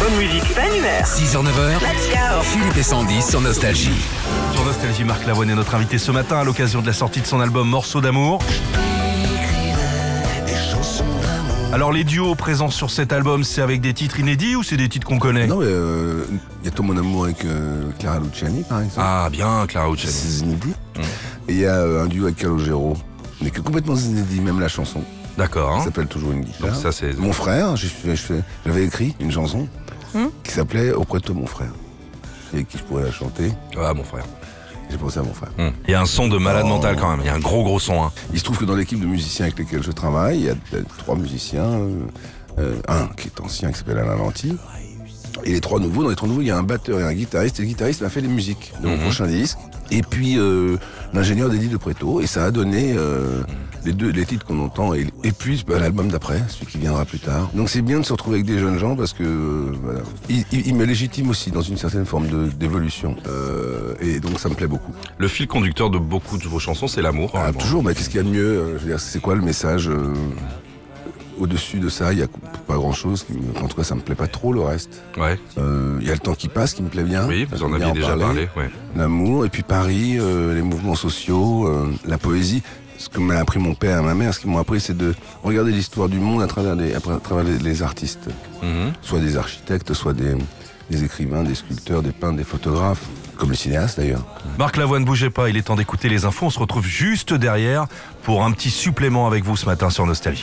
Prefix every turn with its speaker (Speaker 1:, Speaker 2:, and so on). Speaker 1: Bonne musique, bonne humeur.
Speaker 2: 6h, 9h,
Speaker 1: Let's go.
Speaker 2: Philippe et Sandy sur Nostalgie.
Speaker 3: Sur Nostalgie, Marc Lavoine est notre invité ce matin à l'occasion de la sortie de son album Morceaux d'amour. Alors les duos présents sur cet album, c'est avec des titres inédits ou c'est des titres qu'on connaît
Speaker 4: Non, mais euh, il y a Tout mon amour avec euh, Clara Luciani, par exemple.
Speaker 3: Ah bien, Clara Uccelli.
Speaker 4: C'est inédit. Et il y a euh, un duo avec Calogero, mais qui est complètement inédit, même la chanson.
Speaker 3: D'accord. hein.
Speaker 4: Ça s'appelle toujours une guitare.
Speaker 3: Donc ça, c'est-
Speaker 4: Mon frère, j'ai- j'ai- j'ai- j'avais écrit une chanson
Speaker 3: Hmm
Speaker 4: qui s'appelait Auprès de toi, mon frère. Et qui je pourrais la chanter.
Speaker 3: Ah mon frère.
Speaker 4: J'ai pensé à mon frère.
Speaker 3: Hmm. Il y a un son de malade
Speaker 4: Oh.
Speaker 3: mental quand même. Il y a un gros gros son. hein.
Speaker 4: Il se trouve que dans l'équipe de musiciens avec lesquels je travaille, il y a euh, trois musiciens. euh, euh, un qui est ancien, qui s'appelle Alain Lanty. Et les trois nouveaux, dans les trois nouveaux, il y a un batteur et un guitariste. Et le guitariste m'a fait les musiques de mon prochain disque. Et puis euh, l'ingénieur d'Eddie de Preto. Et ça a donné euh, les deux les titres qu'on entend. Et, et puis bah, l'album d'après, celui qui viendra plus tard. Donc c'est bien de se retrouver avec des jeunes gens parce que euh, voilà. il, il- il me légitime aussi dans une certaine forme de- d'évolution. Euh, et donc ça me plaît beaucoup.
Speaker 3: Le fil conducteur de beaucoup de vos chansons, c'est l'amour.
Speaker 4: Ah,
Speaker 3: vraiment.
Speaker 4: toujours, mais qu'est-ce qu'il y a de mieux euh, Je veux dire, c'est quoi le message euh, Au-dessus de ça, il n'y a pas grand-chose. qui me- En tout cas, ça me plaît pas trop le reste.
Speaker 3: Ouais.
Speaker 4: Euh, Il y a le temps qui passe qui me plaît bien.
Speaker 3: Oui,
Speaker 4: parce
Speaker 3: vous en
Speaker 4: qu'on
Speaker 3: aviez
Speaker 4: vient
Speaker 3: déjà
Speaker 4: parler.
Speaker 3: parlé. ouais.
Speaker 4: L'amour, et puis Paris, euh, les mouvements sociaux, euh, la poésie. Ce que m'a appris mon père et ma mère, ce qu'ils m'ont appris, c'est de regarder l'histoire du monde à travers les, à travers les- les artistes
Speaker 3: Mhm.
Speaker 4: soit des architectes, soit des, des écrivains, des sculpteurs, des peintres, des photographes, comme les cinéastes d'ailleurs.
Speaker 3: Marc Lavoine, ne bougez pas. Il est temps d'écouter les infos. On se retrouve juste derrière pour un petit supplément avec vous ce matin sur Nostalgie.